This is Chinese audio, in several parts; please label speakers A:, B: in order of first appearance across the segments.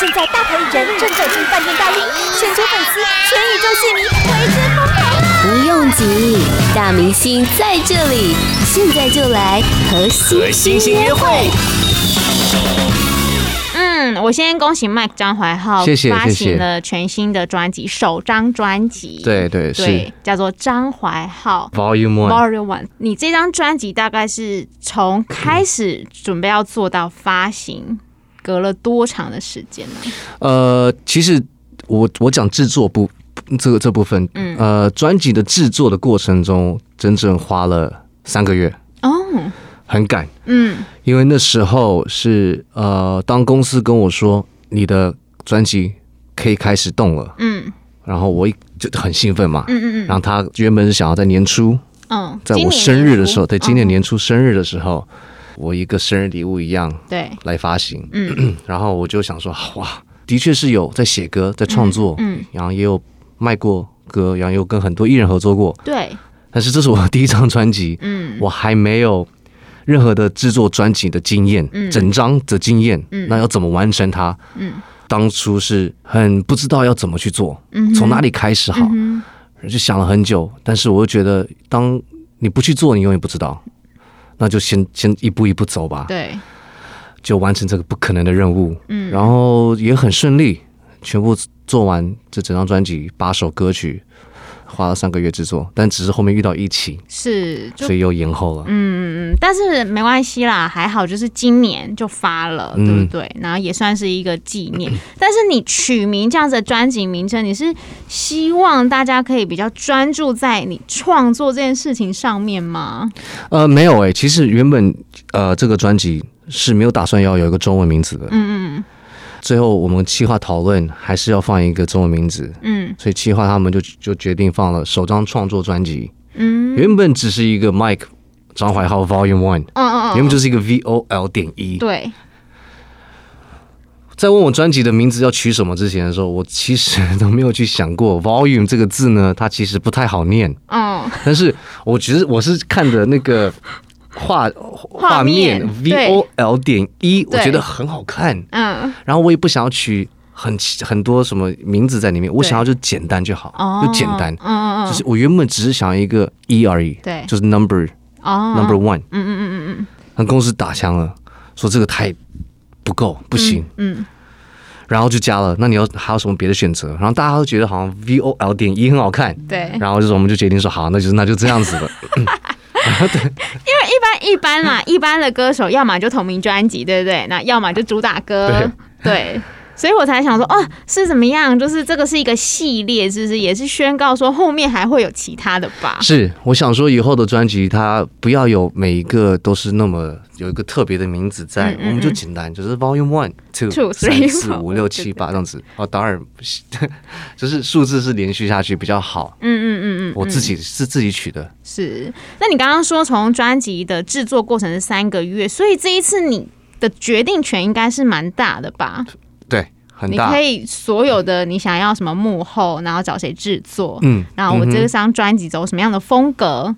A: 现在大牌艺人正走进饭店大厅，全球粉丝、全宇宙戏迷为之疯狂啊！
B: 不用急，大明星在这里，现在就来和
C: 和
B: 星
C: 星星约会。
D: 嗯，我先恭喜 Mike 张怀浩
C: 谢谢
D: 发
C: 谢谢
D: 行了全新的专辑，首张专辑，
C: 对对是
D: 对，叫做张怀浩。
C: Volume One，
D: Volume One，你这张专辑大概是从开始准备要做到发行，隔了多长的时间呢？
C: 呃，其实我我讲制作部这个这部分，
D: 嗯
C: 呃，专辑的制作的过程中，整整花了三个月，
D: 哦，
C: 很赶，
D: 嗯
C: 因为那时候是呃，当公司跟我说你的专辑可以开始动了，
D: 嗯
C: 然后我一就很兴奋嘛，
D: 嗯嗯
C: 然后他原本是想要在年初，
D: 嗯，
C: 在
D: 今
C: 我
D: 年
C: 生日的
D: 年初
C: 时候，对，今年
D: 哦
C: 年初生日的时候，我一个生日礼物一样
D: 对，
C: 来发行，
D: 嗯
C: 然后我就想说，啊哇，的确是有在写歌，在创作，
D: 嗯嗯
C: 然后也有卖过歌，然后也有跟很多艺人合作过，
D: 对，
C: 但是这是我的第一张专辑，
D: 嗯
C: 我还没有任何的制作专辑的经验，
D: 嗯
C: 整张的经验，
D: 嗯
C: 那要怎么完成它？
D: 嗯
C: 当初是很不知道要怎么去做，
D: 嗯哼，
C: 从哪里开始好，
D: 嗯哼
C: 就想了很久，但是我又觉得，当你不去做，你永远不知道。那就先先一步一步走吧，
D: 对，
C: 就完成这个不可能的任务。
D: 嗯，
C: 然后也很顺利，全部做完这整张专辑八首歌曲，花了三个月制作，但只是后面遇到疫情，
D: 是就
C: 所以又延后了。
D: 嗯，嗯，但是没关系啦，还好就是今年就发了，
C: 嗯
D: 对不对？然后也算是一个纪念。 但是你取名这样子的专辑名称，你是希望大家可以比较专注在你创作这件事情上面吗？
C: 呃，没有诶，其实原本呃这个专辑是没有打算要有一个中文名字的，
D: 嗯嗯
C: 最后我们计划讨论还是要放一个中文名字。
D: 嗯
C: 所以计划他们就就决定放了首张创作专辑，
D: 嗯
C: 原本只是一个 Mike 张怀浩 Volume One，
D: 嗯嗯嗯，
C: 原本就是一个 V O L 点一。
D: 对，
C: 在问我专辑的名字要取什么之前的时候，我其实都没有去想过 “volume” 这个字呢，它其实不太好念。
D: 嗯
C: 但是我其实我是看的那个画画面
D: 画面
C: “v
D: 对
C: o l” 点一，我
D: 对
C: 觉得很好看。
D: 嗯
C: 然后我也不想要取很很多什么名字在里面，我想要就简单就
D: 哦
C: 好，，就简单
D: 嗯。嗯嗯，
C: 就是我原本只是想要一个一而已，
D: 对
C: 就是 number
D: 哦
C: number one。
D: 嗯嗯嗯嗯
C: 那公司打枪了，说这个太不够，不行。
D: 嗯嗯，
C: 然后就加了。那你要还有什么别的选择？然后大家都觉得好像 V O L 点一很好看，
D: 对。
C: 然后就是我们就决定说好，那就是那就这样子了。
D: 一般一般啦，一般的歌手要么就同名专辑，对不对？那要么就主打歌，对。所以我才想说，哦，是怎么样？就是这个是一个系列，是不是也是宣告说后面还会有其他的吧？
C: 是，我想说以后的专辑它不要有每一个都是那么有一个特别的名字在，
D: 嗯嗯嗯嗯
C: 我们就简单，就是 Volume One、Two、
D: Two,
C: 三、
D: three,
C: 四、
D: four，
C: 五、六、七、八这样子。哦，当然不是， 就是数字是连续下去比较好。
D: 嗯嗯嗯嗯，
C: 我自己是自己取的，
D: 是。那你刚刚说从专辑的制作过程是三个月，所以这一次你的决定权应该是蛮大的吧？
C: 对，很
D: 你
C: 大
D: 可。以所有的你想要什么幕后，然后找谁制作，
C: 嗯，
D: 然后我这张专辑走什么样的风格，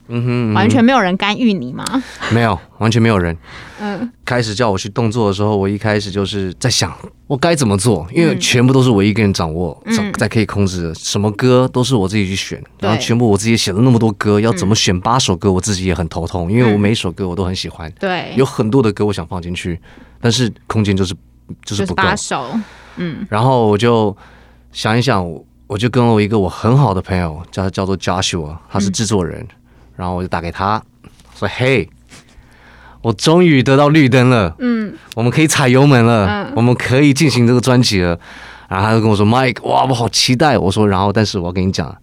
D: 完全没有人干预你吗？
C: 没有，完全没有人。
D: 嗯，
C: 开始叫我去动作的时候，我一开始就是在想我该怎么做，因为全部都是我一个人掌握，掌在可以控制的，什么歌都是我自己去选，然后全部我自己写了那么多歌，要怎么选八首歌，我自己也很头痛，因为我每一首歌我都很喜欢，
D: 对，
C: 有很多的歌我想放进去，但是空间就是就是
D: 就是
C: 不够，
D: 八首，嗯
C: 然后我就想一想，我我就跟我一个我很好的朋友，叫他叫做 Joshua，他
D: 嗯
C: 是制作人，然后我就打给他，说：“嘿，我终于得到绿灯了，
D: 嗯，
C: 我们可以踩油门了，
D: 嗯
C: 我们可以进行这个专辑了。”然后他就跟我说：“Mike，哇，我好期待。”哦我说：“然后，但是我要跟你讲。”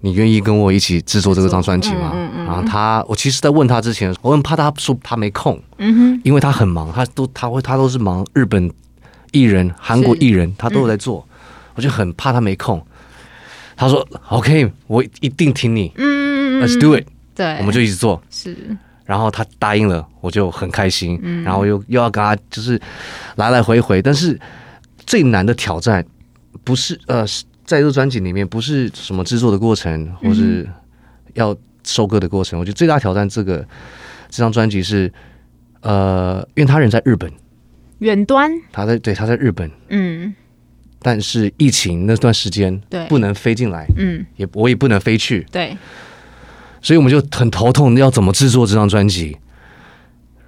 C: 你愿意跟我一起制作这张专辑吗？
D: 嗯嗯嗯
C: 然后他，我其实，在问他之前，我很怕他说他没空，
D: 嗯哼，
C: 因为他很忙，他都他会他都是忙日本艺人、韩国艺人，他都有在做，
D: 嗯
C: 我就很怕他没空。他说：“OK，我一定听你、
D: 嗯
C: l e t s do it。
D: 对，
C: 我们就一起做。
D: 是
C: 然后他答应了，我就很开心。
D: 嗯
C: 然后又又要跟他就是来来回回，但是最难的挑战不是呃，是在这专辑里面不是什么制作的过程，或是
D: 嗯
C: 要收割的过程。我觉得最大挑战这个这张专辑是呃，因为他人在日本，
D: 远端，
C: 他在对他在日本，
D: 嗯
C: 但是疫情那段时间
D: 对
C: 不能飞进来，
D: 嗯，
C: 也我也不能飞去，
D: 对，
C: 所以我们就很头痛，要怎么制作这张专辑。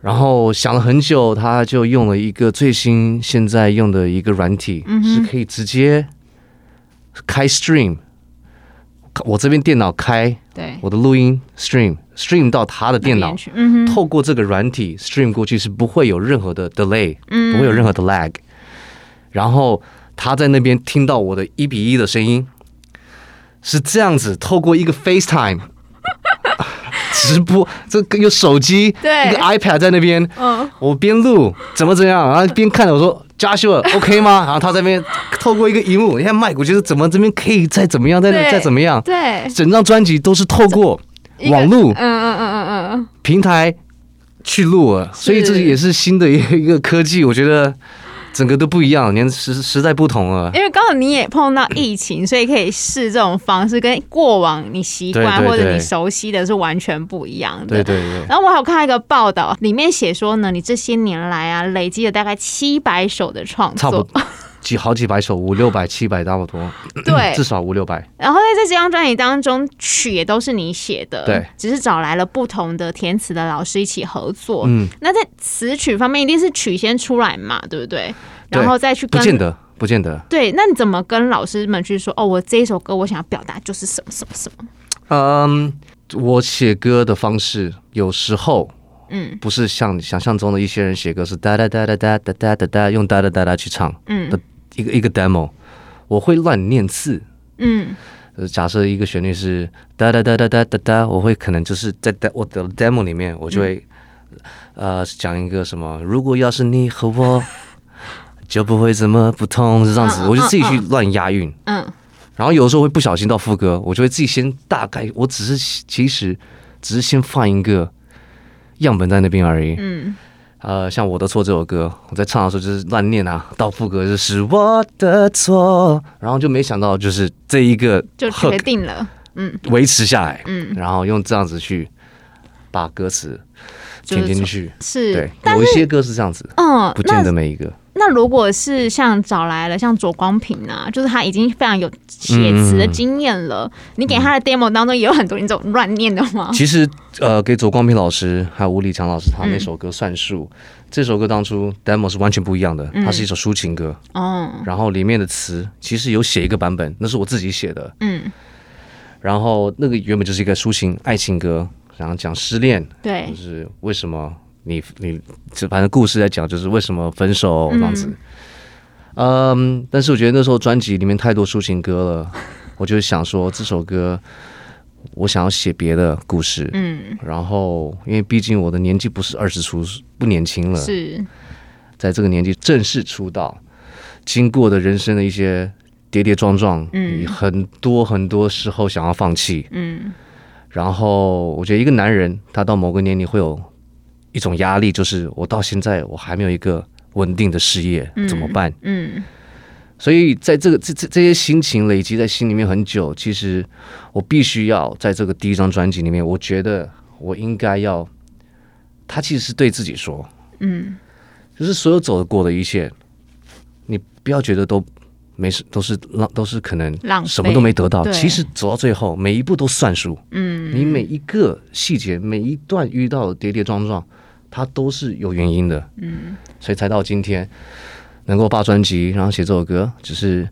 C: 然后想了很久，他就用了一个最新现在用的一个软体，是可以直接开 stream，我这边电脑开
D: 对，
C: 我的录音 stream stream 到他的电脑，
D: 嗯哼，
C: 透过这个软体 stream 过去是不会有任何的 delay，
D: 嗯
C: 不会有任何的 lag。然后他在那边听到我的一比一的声音，是这样子，透过一个 FaceTime 直播，这个有手机，
D: 对
C: 一个 iPad 在那边，
D: 嗯，
C: 我边录怎么怎样，然后边看我说 Joshua OK 吗？然后他在那边透过一个荧幕，你看 Mike，我觉得怎么这边可以再怎么样，再
D: 对
C: 再怎么样，
D: 对，
C: 整张专辑都是透过
D: 一个
C: 网络
D: 嗯嗯嗯嗯嗯，
C: 平台去录了，所以这也是新的一个一个科技，我觉得整个都不一样，年时时代不同啊了。
D: 因为刚好你也碰到疫情，所以可以试这种方式，跟过往你习惯
C: 对对
D: 或者
C: 对
D: 你熟悉的是完全不一样
C: 对
D: 的。
C: 对 对，
D: 然后我还有看到一个报道，里面写说呢，你这些年来啊，累积了大概七百首的创
C: 差不
D: 作，
C: 多几好几百首，五六百、七百差不多，
D: 对
C: 至。少五六百。
D: 然后在这张专辑当中，曲也都是你写的，
C: 对，
D: 只是找来了不同的填词的老师一起合作。
C: 嗯，
D: 那在词曲方面，一定是曲先出来嘛，对不对？
C: 对
D: 然后再去
C: 不
D: 跟
C: 见得，不见得。
D: 对，那你怎么跟老师们去说？哦，我这一首歌我想要表达就是什么什么什么？
C: 嗯，我写歌的方式有时候
D: 嗯
C: 不是像想象中的一些人写歌是哒哒哒哒哒哒哒哒哒，用哒哒哒哒去唱
D: 嗯
C: 一个一个 demo，我会乱念字。
D: 嗯
C: 呃，假设一个旋律是哒哒哒哒哒哒哒，我会可能就是在 de- 我的 demo 里面，我就会、呃讲一个什么，如果要是你和 我，就不会怎么不同，是这样子，
D: 嗯嗯
C: 我就自己去乱押韵。
D: 嗯，
C: 然后有的时候会不小心到副歌，我就会自己先大概，我只是其实只是先放一个样本在那边而已。
D: 嗯，
C: 呃，像我的错这首歌，我在唱的时候就是乱念啊，到副歌就是我的错，然后就没想到就是这一个
D: 就
C: hook
D: 决定了。嗯，
C: 维持下来，
D: 嗯
C: 然后用这样子去把歌词填进去。
D: 是
C: 对，，有一些歌是这样子，
D: 嗯，
C: 不见
D: 那
C: 得每一个。
D: 那如果是像找来了像左光平啊，就是他已经非常有写词
C: 嗯
D: 的经验了，你给他的 demo 当中也有很多你这种乱念的吗？
C: 其实，呃，给左光平老师还有吴立强老师他
D: 嗯
C: 那首歌《算术》，这首歌当初 demo 是完全不一样的，它是一首抒情歌，
D: 嗯哦，
C: 然后里面的词其实有写一个版本，那是我自己写的，
D: 嗯，
C: 然后那个原本就是一个抒情爱情歌，然后讲失恋，就
D: 对，
C: 是为什么你你这反正故事在讲就是为什么分手这样子。嗯但是我觉得那时候专辑里面太多抒情歌了，我就想说这首歌我想要写别的故事。
D: 嗯，
C: 然后，因为毕竟我的年纪不是二十出，不年轻了，
D: 是，
C: 在这个年纪正式出道，经过的人生的一些跌跌撞撞，
D: 嗯
C: 你很多很多时候想要放弃，
D: 嗯，
C: 然后我觉得一个男人他到某个年龄会有一种压力，就是我到现在我还没有一个稳定的事业，怎么办？
D: 嗯，
C: 所以在这个这这这些心情累积在心里面很久，其实我必须要在这个第一张专辑里面，我觉得我应该要，他其实是对自己说，
D: 嗯，
C: 就是所有走过的一切，你不要觉得都。没事，都是浪，都是可能
D: 浪费
C: 什么都没得到。
D: 对
C: 其实走到最后，每一步都算数。
D: 嗯，
C: 你每一个细节、每一段遇到的跌跌撞撞，它都是有原因的。嗯，所以才到今天能够发专辑，然后写这首歌，只是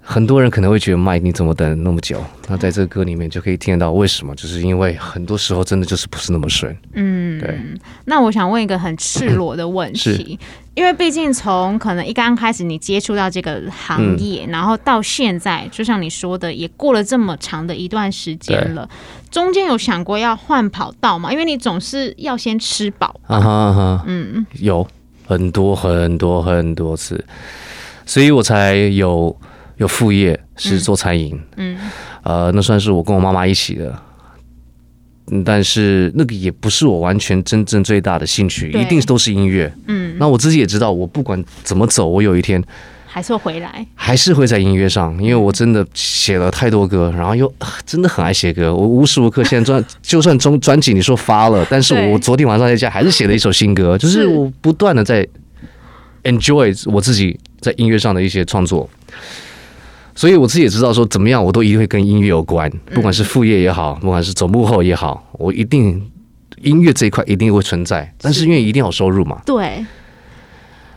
C: 很多人可能会觉得麦你怎么等那么久？那在这个歌里面就可以听得到为什么，就是因为很多时候真的就是不是那么顺。
D: 嗯，
C: 对。
D: 那我想问一个很赤裸的问题
C: 是，
D: 因为毕竟从可能一刚开始你接触到这个行业，
C: 嗯
D: 然后到现在，就像你说的，也过了这么长的一段时间了，中间有想过要换跑道吗？因为你总是要先吃饱，
C: 啊哈啊哈，嗯，有很多很多很多次，所以我才有有副业是做餐饮，
D: 嗯，
C: 呃，那算是我跟我妈妈一起的。嗯但是那个也不是我完全真正最大的兴趣，
D: 对
C: 一定都是音乐。
D: 嗯，
C: 那我自己也知道，我不管怎么走，我有一天
D: 还是会回来，
C: 还是会在音乐上，因为我真的写了太多歌，然后又呃真的很爱写歌。我无时无刻现在专， 就算中专辑你说发了，但是
D: 对
C: 我昨天晚上在家还是写了一首新歌，就是
D: 是
C: 我不断的在 enjoy 我自己在音乐上的一些创作。所以我自己也知道说，怎么样我都一定会跟音乐有关，不管是副业也好，不管是走幕后也好，我一定音乐这一块一定会存在。但是因为一定要有收入嘛，
D: 对，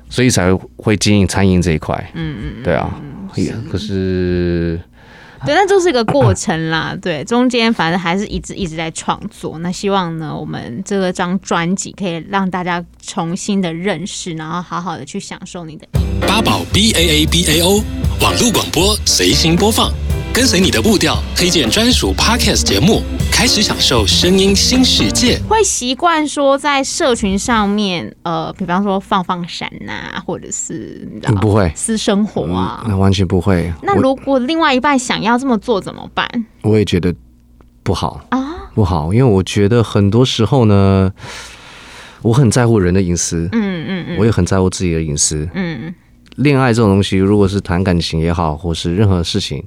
C: 所以才会经营餐饮这一块。嗯嗯，对啊，也可是
D: 对，那就是一个过程啦。对，中间反正还是一直一直在创作。那希望呢，我们这个张专辑可以让大家重新的认识，然后好好的去享受你的音乐。
E: 八宝 B A A B A O 网络广播随心播放，跟随你的步调，推荐专属 Podcast 节目，开始享受声音新世界。
D: 会习惯说在社群上面，呃，比方说放放闪呐、或者是你知道
C: 嗯不会嗯
D: 私生活啊。
C: 那完全不会。
D: 那如果另外一半想要这么做怎么办
C: 我我也觉得不好，
D: 啊？
C: 不好，因为我觉得很多时候呢，我很在乎人的隐私，
D: 嗯嗯嗯
C: 我也很在乎自己的隐私。
D: 嗯，
C: 恋爱这种东西，如果是谈感情也好，或是任何事情，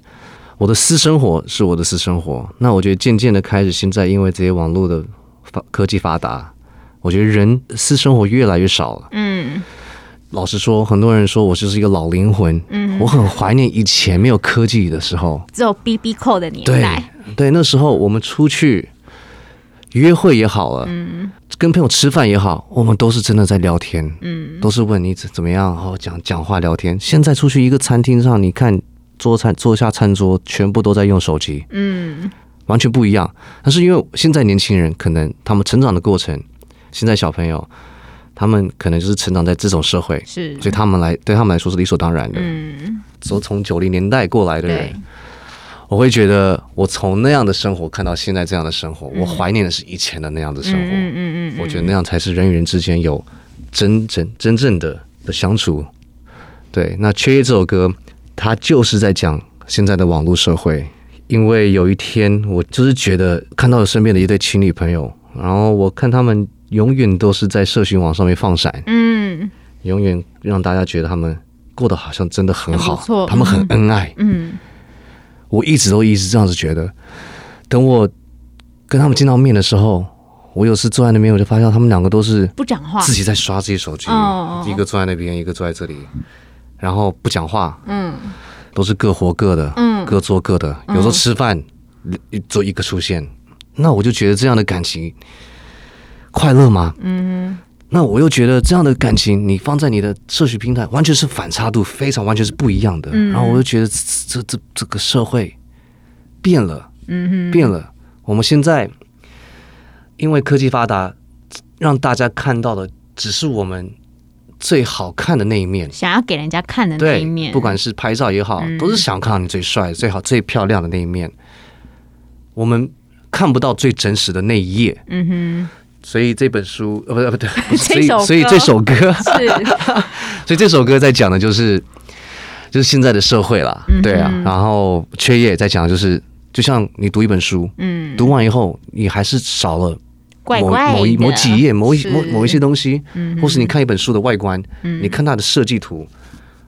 C: 我的私生活是我的私生活。那我觉得渐渐的开始，现在因为这些网络的发科技发达，我觉得人私生活越来越少了。
D: 嗯，
C: 老实说，很多人说我就是一个老灵魂，嗯，我很怀念以前没有科技的时候，
D: 只有 B B 扣的年
C: 对
D: 代，
C: 对，那时候我们出去约会也好了，跟朋友吃饭也好，我们都是真的在聊天，
D: 嗯
C: 都是问你怎怎么样，然后讲讲话聊天。现在出去一个餐厅上，你看桌餐坐下餐桌，全部都在用手机，
D: 嗯
C: 完全不一样。但是因为现在年轻人可能他们成长的过程，现在小朋友他们可能就是成长在这种社会，
D: 是，
C: 所以他们来对他们来说是理所当然的。
D: 嗯
C: 所从九零年代过来的人
D: 对，
C: 我会觉得我从那样的生活看到现在这样的生活，我怀念的是以前的那样的生活。
D: 嗯嗯嗯，
C: 我觉得那样才是人与人之间有真正真正的的相处。对，那《缺一》这首歌，它就是在讲现在的网络社会。因为有一天，我就是觉得看到了身边的一对情侣朋友，然后我看他们永远都是在社群网上面放闪，
D: 嗯
C: 永远让大家觉得他们过得好像真的很好，
D: 很不错
C: 他们很恩爱。
D: 嗯
C: 我一直都一直这样子觉得。等我跟他们见到面的时候，我有时坐在那边，我就发现他们两个都是
D: 不讲话
C: 自己在刷自己手机，
D: 哦
C: 一个坐在那边，一个坐在这里，然后不讲话，
D: 嗯
C: 都是各活各的，
D: 嗯
C: 各做各的。有时候吃饭，一只有一个出现，那我就觉得这样的感情快乐吗？
D: 嗯
C: 那我又觉得这样的感情，你放在你的社群平台，完全是反差度非常，完全是不一样的。然后我又觉得这这这这个社会变了，
D: 嗯
C: 变了。我们现在因为科技发达，让大家看到的只是我们最好看的那一面
D: 哼，。想要给人家看的那
C: 对
D: 一面，，嗯
C: 不管是拍照也好，都是想看到你最帅、最好、最漂亮的那一面。我们看不到最真实的那一页，
D: 嗯
C: 所以这本书呃，不对不对，不是
D: 这首
C: 所以所以
D: 歌
C: 这首歌
D: 哼，是，
C: 所以这首歌 在讲的就是，就是现在的社会啦，
D: 嗯
C: 对啊。然后缺页也在讲的就是，就像你读一本书，
D: 嗯，
C: 读完以后你还是少了
D: 怪
C: 某
D: 怪嗯
C: 某一某几页、某一某某一些
D: 都
C: 东西，或是你看一本书的外观，
D: 嗯
C: 你看它的设计图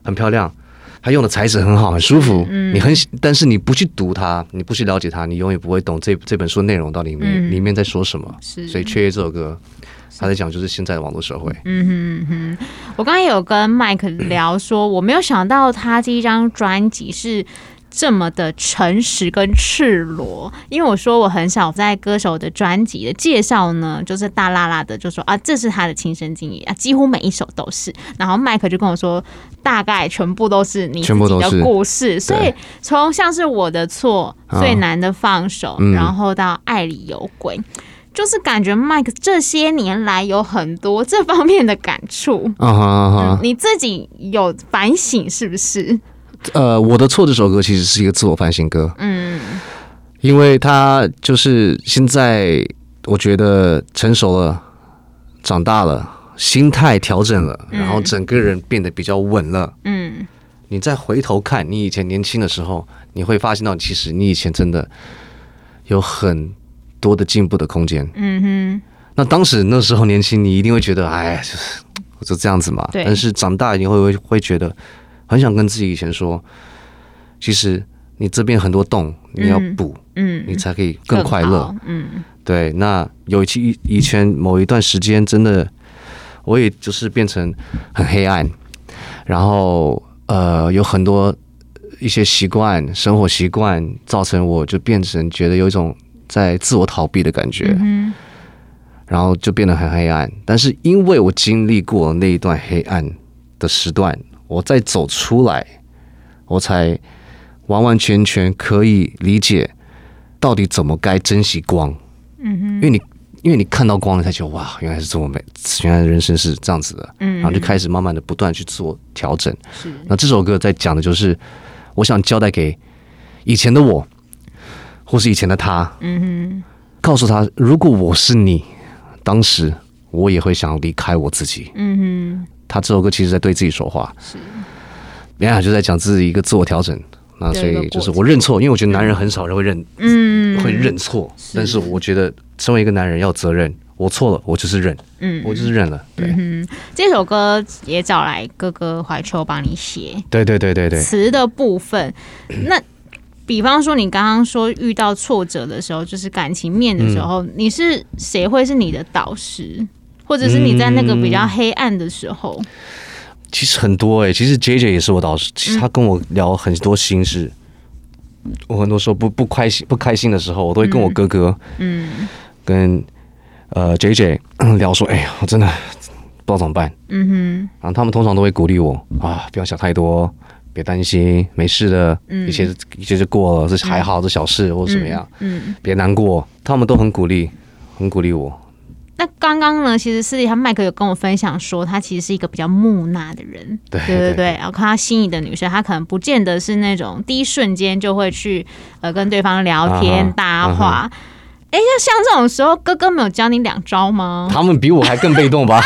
C: 很漂亮，它用的材质很好，很舒服，
D: 嗯
C: 你很喜，但是你不去读它，你不去了解它，你永远不会懂这这本书内容到底里面、里面在说什么。
D: 嗯是
C: 所以缺页这首歌，它在讲就是现在的网络社会，
D: 嗯我刚刚有跟麦克聊说，我没有想到他这一张专辑是。这么的诚实跟赤裸，因为我说我很少在歌手的专辑的介绍呢，就是大啦啦的就说啊，这是他的亲身经历啊，几乎每一首都是。然后麦克就跟我说，大概全部都是你自
C: 全部
D: 己
C: 都
D: 的
C: 是
D: 故事，所以从像是我的错、
C: 啊
D: 最难的放手，
C: 嗯
D: 然后到爱里有鬼，就是感觉麦克这些年来有很多这方面的感触。
C: 啊哈啊哈。
D: 嗯你自己有反省是不是？
C: 呃，我的错这首歌其实是一个自我反省歌，
D: 嗯
C: 因为它就是现在我觉得成熟了，长大了，心态调整了，然后整个人变得比较稳了。
D: 嗯
C: 你再回头看你以前年轻的时候，你会发现到其实你以前真的有很多的进步的空间。
D: 嗯
C: 那当时那时候年轻，你一定会觉得，哎，就是我就这样子嘛。
D: 对
C: 但是长大你会会会觉得，很想跟自己以前说，其实你这边很多洞，你要补，
D: 哼嗯，
C: 你才可以更快乐
D: 好。。嗯
C: 对，那有一期以前某一段时间，真的我也就是变成很黑暗，然后呃有很多一些习惯、生活习惯，造成我就变成觉得有一种在自我逃避的感觉，
D: 嗯
C: 然后就变得很黑暗。但是因为我经历过那一段黑暗的时段，我再走出来，我才完完全全可以理解到底怎么该珍惜光。
D: 嗯哼
C: 因为你因为你看到光了，才觉得哇，原来是这么美，原来人生是这样子的，
D: 嗯
C: 然后就开始慢慢的不断去做调整。
D: 是
C: 那这首歌在讲的就是，我想交代给以前的我，或是以前的他，
D: 嗯
C: 告诉他，如果我是你，当时我也会想要离开我自己
D: 哼。嗯
C: 他这首歌其实在对自己说话，
D: 是
C: 林海就在讲自己一个自我调整。那所
D: 对一
C: 以
D: 个
C: 就是
D: 过程
C: 我认错，因为我觉得男人很少人会认
D: 哼嗯
C: 会认错，但是我觉得身为一个男人要有责任，我错了，我就是认，
D: 嗯
C: 我就是认了。对，
D: 这首歌也找来哥哥怀秋帮你写
C: 对对对对对，
D: 词的部分，那。比方说，你刚刚说遇到挫折的时候，就是感情面的时
C: 嗯
D: 候，你是谁会是你的导师，或者是你在那个
C: 嗯
D: 比较黑暗的时候？
C: 其实很多哎、其实 J J 也是我导师，
D: 嗯
C: 其实他跟我聊很多心事。我很多时候不不开心不开心的时候，我都会跟我哥哥，
D: 嗯
C: 跟呃 J J 聊说，哎呀，我真的不知道怎么办。
D: 嗯
C: 然后他们通常都会鼓励我啊，不要想太多，别担心，没事的，
D: 嗯
C: 一切一切就过了，这还好，这小事或
D: 哼，
C: 者怎么样，
D: 嗯？哦嗯，
C: 别难过。他们都很鼓励，很鼓励我。
D: 那刚刚呢，其实私底下麦克有跟我分享说，他其实是一个比较木讷的人，
C: 对
D: 对对
C: 对
D: 对。然后看他心仪的女生，她可能不见得是那种第一瞬间就会去呃跟对方聊天
C: 啊哈
D: 搭话。哎、那像这种时候，哥哥没有教你两招 吗？
C: 他们比我还更被动吧？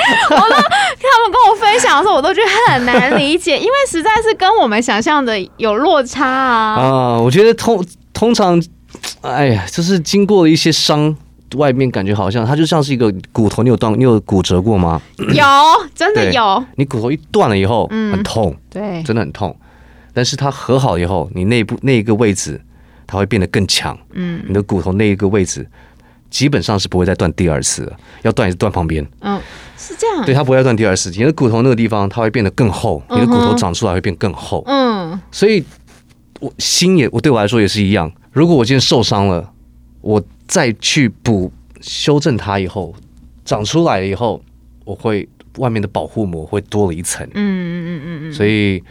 D: 他们跟我分享的时候，我都觉得很难理解，因为实在是跟我们想象的有落差啊。
C: 啊，我觉得通通常，哎呀，就是经过了一些伤，外面感觉好像它就像是一个骨头，你有断，你有骨折过吗？
D: 有，真的
C: 对
D: 有，
C: 你骨头一断了以后，
D: 嗯
C: 很痛，
D: 对，
C: 真的很痛。但是它合好以后，你内部那一个位置，它会变得更强。
D: 嗯
C: 你的骨头那一个位置，基本上是不会再断第二次了。要断也是断旁边，
D: 嗯，是这样，
C: 对，它不会再断第二次。你的骨头那个地方，它会变得更厚，你的骨
D: 嗯
C: 头
D: 哼
C: 长出来会变更厚。
D: 嗯
C: 所以我心也我对我来说也是一样。如果我今天受伤了，我再去补修正它以后，长出来以后，我会外面的保护膜会多了一层
D: 嗯，嗯嗯嗯嗯。
C: 所以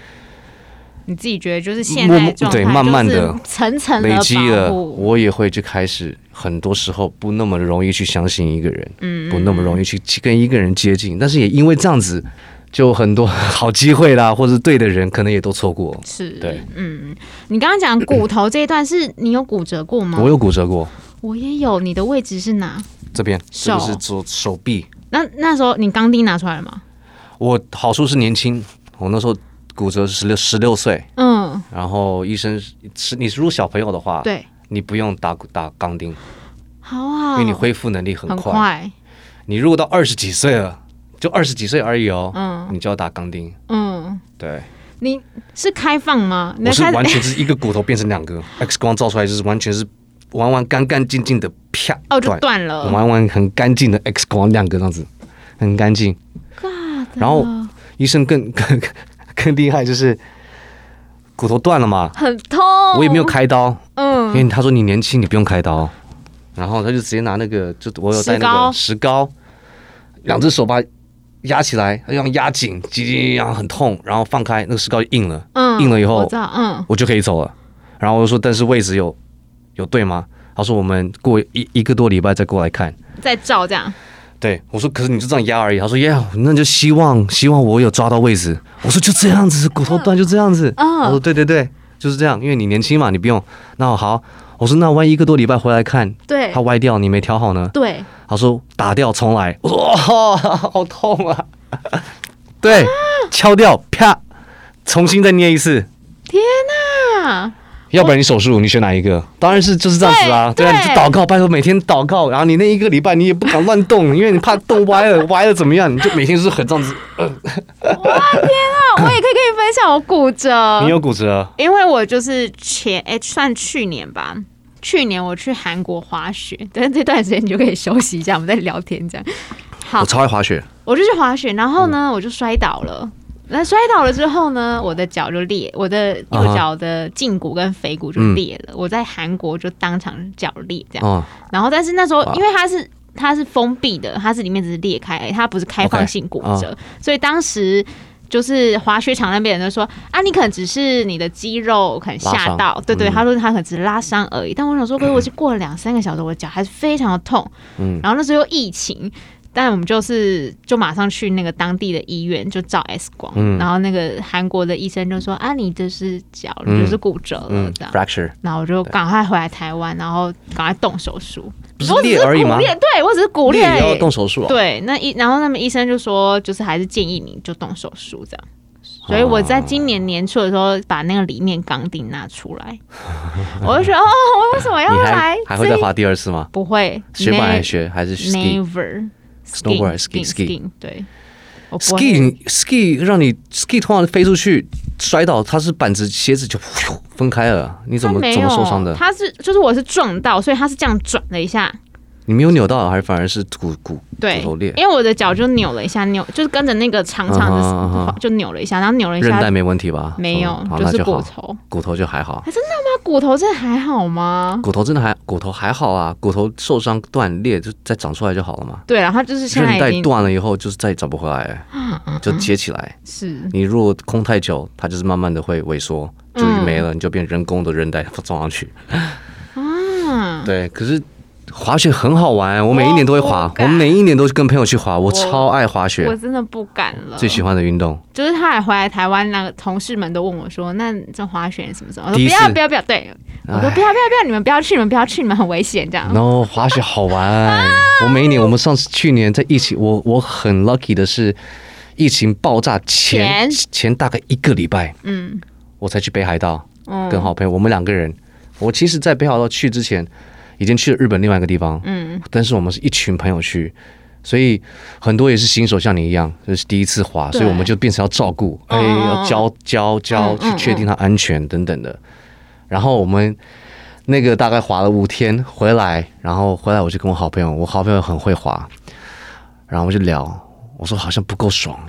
D: 你自己觉得就是现
C: 默
D: 在
C: 默
D: 状态，
C: 对慢慢地
D: 层层的
C: 累积了，
D: 保护
C: 我也会就开始很多时候不那么容易去相信一个人，
D: 嗯
C: 不那么容易去去跟一个人接近，但是也因为这样子。就很多好机会啦，或者对的人，可能也都错过。
D: 是，
C: 对，
D: 嗯，你刚刚讲骨头这一段是你有骨折过吗？
C: 我有骨折过，
D: 我也有，你的位置是哪？
C: 这边这个
D: 手
C: 是左手臂，
D: 那那时候你钢钉拿出来了吗？
C: 我好处是年轻，我那时候骨折十六十六岁，
D: 嗯，
C: 然后医生是你如果小朋友的话，，
D: 对，
C: 你不用打打钢钉，
D: 好啊，
C: 因为你恢复能力很
D: 很
C: 快。你如果到二十几岁了，就二十几岁而已哦，
D: 嗯
C: 你就要打钢钉。
D: 嗯，
C: 对，
D: 你是开放吗？你
C: 我是
D: 开
C: 完全是一个骨头变成两个，X 光照出来就是完全是完完干干净净的，啪，
D: 哦，就断了，
C: 完完很干净的 X 光两个这样子，很干净。
D: God
C: 然后医生更 更更厉害，就是骨头断了嘛，
D: 很痛，
C: 我也没有，开刀，因
D: 哦嗯
C: 为他说你年轻，你不用开刀，然后他就直接拿那个，就我有带那个石膏，两只手把它压起来，要压紧，紧紧然后很痛，然后放开，那个石膏就硬了，
D: 嗯，
C: 硬了以后
D: 我知道，嗯
C: 我就可以走了。然后我就说，但是位置有有对吗？他说我们过一一个多礼拜再过来看。
D: 再照这样，
C: 对我说，可是你就这样压而已。他说，Yeah，那就希望希望我有抓到位置。我说就这样子，骨头断就这样子。
D: 嗯
C: 我说对对对，就是这样，因为你年轻嘛，你不用。那好，我说那万一一个多礼拜回来看，
D: 对
C: 它歪掉，你没调好呢？
D: 对，
C: 他说打掉重来。我说哦，好痛啊！对，
D: 啊
C: 敲掉，啪，重新再捏一次。
D: 天哪！
C: 要不然你手术，你选哪一个？当然是就是这样子啊，
D: 对
C: 对啊，你就
D: 对
C: 祷告，拜托每天祷告，然后你那一个礼拜你也不敢乱 动，因为你怕动歪了，歪了怎么样？你就每天就是很这样子。
D: 我也可以跟你分享我骨折。
C: 你有骨折？啊
D: 因为我就是前哎、算去年吧，去年我去韩国滑雪，但是这段时间你就可以休息一下，我们再聊天这样。好
C: 我超爱滑雪，嗯
D: 我就去滑雪，然后呢，我就摔倒了。那摔倒了之后呢，我的脚就裂，我的
C: 啊
D: 右
C: 哈
D: 脚的胫骨跟腓骨就
C: 嗯
D: 裂了。我在韩国就当场脚裂这样。
C: 哦，
D: 然后但是那时候
C: 哇
D: 因为它是它是封闭的，它是里面只是裂开而已，它不是开放
C: OK，
D: 性骨
C: 哦
D: 折所以当时。就是滑雪场那边的人就说啊，你可能只是你的肌肉可能
C: 拉
D: 吓
C: 伤
D: 到，对对，
C: 嗯
D: 他说他可能只是拉伤而已。但我想说，可是我是过了两三个小时，我的脚还是非常的痛。
C: 嗯
D: 然后那时候又疫情，但我们就是就马上去那个当地的医院就照 X 光，
C: 嗯
D: 然后那个韩国的医生就说啊，你这是脚，你
C: 嗯
D: 就是骨折了
C: 嗯
D: 这样。
C: ，fracture
D: 然后我就赶快回来台湾，然后赶快动手术。
C: 不是
D: 我只
C: 裂
D: 是
C: 而已
D: 骨
C: 吗？
D: 裂，对我只是骨裂
C: 裂
D: 而
C: 也要
D: 已。
C: 动手术啊？
D: 对，那医然后那么医生就说，就是还是建议你就动手术这样。
C: 哦
D: 所以我在今年年初的时候，把那个里面钢钉拿出 来，我就觉得哦，我为什么要
C: 你
D: 来
C: 还？还会再
D: 这一
C: 滑第二次吗？
D: 不会
C: 雪板还
D: ne-
C: 学还是 ski
D: Never Skin-
C: Snowboard
D: skin
C: ski-
D: skin 对，我不会
C: ski ski 让你 ski 突然飞出去摔倒，它是板子鞋子就噗分开了，你怎
D: 他
C: 么
D: 没
C: 怎
D: 有，啊
C: 么受伤的？
D: 他是就是我是撞到，所以他是这样转了一下，
C: 你没有扭到，还是反而是骨骨
D: 对
C: 骨头裂，
D: 因为我的脚就扭了一下，扭就是跟着那个长长
C: 嗯哼嗯
D: 的
C: 哼
D: 就扭了一下，然后扭了一
C: 韧带
D: 下，
C: 没问题吧？
D: 没有
C: 嗯好，
D: 就
C: 那
D: 是
C: 就
D: 骨
C: 好，
D: 头。
C: 骨头就还好。
D: 那骨头这还好吗？
C: 骨头真的还骨头还好啊，骨头受伤断裂就再长出来就好了嘛。
D: 对，然后就是现在
C: 韧
D: 已
C: 带
D: 经啊
C: 断了以后，就是再也长不回来，就接起来。
D: 是
C: 你如果空太久，它就是慢慢的会萎缩，就
D: 嗯
C: 没了，你就变人工的韧带装上去。
D: 啊，
C: 对，可是滑雪很好玩，我每一年都会
D: 我
C: 滑
D: 不，
C: 我
D: 敢
C: 们每一年都是跟朋友去滑，我超爱滑
D: 我
C: 雪，
D: 真的不敢了。
C: 最喜欢的运动。
D: 就是他还回来台湾，那个同事们都问我说：“那这滑雪什么什么？”我
C: 第
D: 说：“
C: 一次哎
D: 不要不要不要！”对，我说：“
C: 唉
D: 不要不要不要！你们不要去，你们不要去，你们很危险。”这样
C: 然后滑雪好玩，我每一年，我们上次去年在疫情，我我很 lucky 的是，疫情爆炸前
D: 前
C: 前大概一个礼拜，
D: 嗯
C: 我才去北海道
D: 嗯
C: 跟好朋友，我们两个人，我其实，在北海道去之前，已经去了日本另外一个地方，
D: 嗯
C: 但是我们是一群朋友去，所以很多也是新手，像你一样，就是第一次滑，
D: 对
C: 所以我们就变成要照顾，哎，
D: 嗯
C: 要教教教，
D: 嗯
C: 去确定它安全等等的。然后我们那个大概滑了五天回来，然后回来我就跟我好朋友，我好朋友很会滑，然后我就聊，我说好像不够 爽。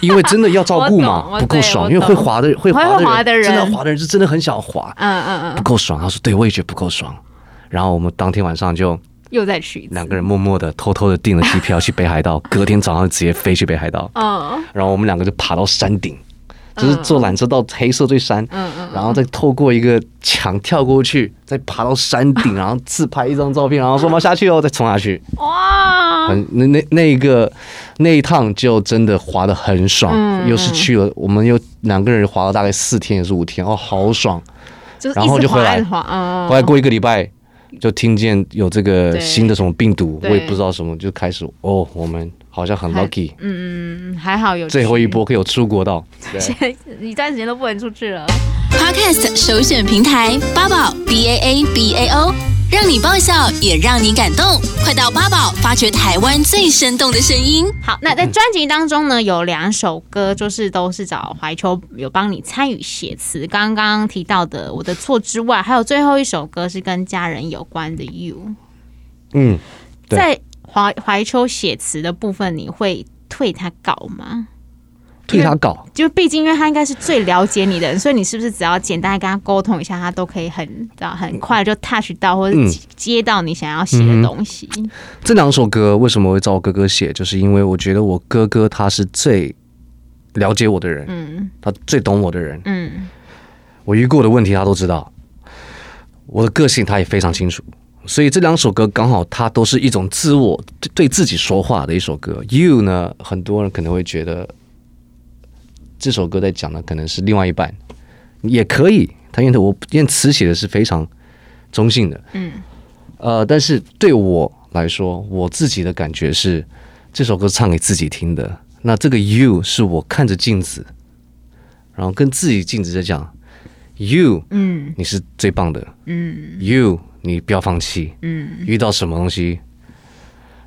C: 因为真的要照顾嘛
D: 我懂，我
C: 不够
D: 对
C: 爽。
D: 我
C: 因为
D: 懂
C: 会滑的会
D: 会滑
C: 滑
D: 的
C: 的人，真的
D: 人
C: 滑的人是真的很想滑，
D: 嗯嗯
C: 不
D: 嗯，
C: 够爽。他说：“对，我也觉得不够爽。”然后我们当天晚上就
D: 又再去一次。
C: 两个人默默的、偷偷的订了机票去北海 道，隔天早上直接飞去北海道，
D: 嗯
C: 然后我们两个就爬到山顶，就是坐缆车到黑色最山，
D: 嗯嗯，
C: 然后再透过一个墙跳过去，再爬到山 顶，然后自拍一张照片，然后说我们要下去哦，再冲下去。
D: 哇，
C: 很那那那一个那一趟就真的滑得很爽，
D: 嗯
C: 又是去了，我们又两个人滑了大概四天也是五天，哦，好爽！
D: 就是
C: 然后
D: 一直
C: 就回
D: 滑
C: 来
D: 一直滑，嗯，
C: 后来过一个礼拜，就听见有这个
D: 对
C: 新的什么病毒，我
D: 对
C: 也不知道什么，就开始哦，我们好像很
D: 还
C: lucky，
D: 嗯嗯嗯，还好有
C: 最后一
D: 去
C: 波可以有出国到。对
D: 一段时间都不能出去了。
B: Podcast 首选平台八宝 B A A B A O，让你爆笑也让你感动。快到八宝发掘台湾最生动的声音。
D: 好，那在专辑当中呢，有两首歌就是都是找怀秋有帮你参与写词。刚刚提到的《我的错》之外，还有最后一首歌是跟家人有关的《You》。
C: 嗯，对
D: 在怀怀秋写词的部分，你会退他稿吗？
C: 替他搞，
D: 就毕竟，因为他应该是最了解你的人，所以你是不是只要简单地跟他沟通一下，他都可以很知道很快就 touch 到或者
C: 嗯
D: 接到你想要写的东西？
C: 这两首歌为什么会找我哥哥写，就是因为我觉得我哥哥他是最了解我的人，
D: 嗯
C: 他最懂我的人，
D: 嗯
C: 我遇过的问题他都知道，我的个性他也非常清楚，所以这两首歌刚好它都是一种自我对对自己说话的一首歌。You 呢，很多人可能会觉得这首歌在讲的可能是另外一半，也可以，他因为我因为词写的是非常中性的，
D: 嗯，
C: 呃，但是对我来说，我自己的感觉是这首歌唱给自己听的。那这个 you 是我看着镜子，然后跟自己镜子在讲 you，
D: 嗯
C: 你是最棒的
D: 嗯
C: ，you 你不要放弃，
D: 嗯
C: 遇到什么东西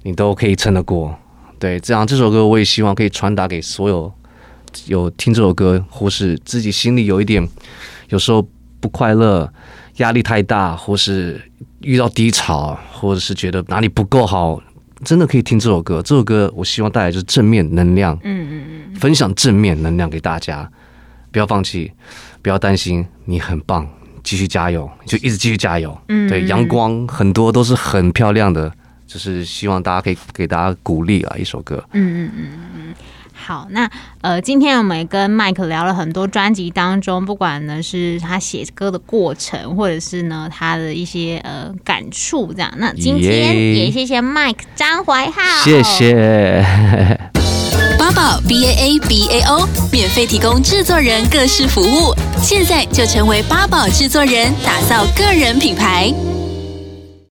C: 你都可以撑得过。对，这样这首歌我也希望可以传达给所有有听这首歌或是自己心里有一点有时候不快乐、压力太大，或是遇到低潮，或者是觉得哪里不够好、真的可以听这首歌。这首歌我希望带来就是正面能量，
D: 嗯嗯
C: 分享正面能量给大家，不要放弃，不要担心，你很棒，继续加油，就一直继续加油。
D: 嗯
C: 对，阳光很多都是很漂亮的，就是希望大家可以给大家鼓励啊，一首歌。
D: 嗯嗯嗯嗯。好，那呃，今天我们也跟麦克聊了很多专辑当中，不管呢是他写歌的过程，或者是呢他的一些呃感触，这样。那今天
C: 耶
D: 也谢谢麦克张怀浩，
C: 谢谢。
B: 八宝 B A A B A O 免费提供制作人各式服务，现在就成为八宝制作人，打造个人品牌。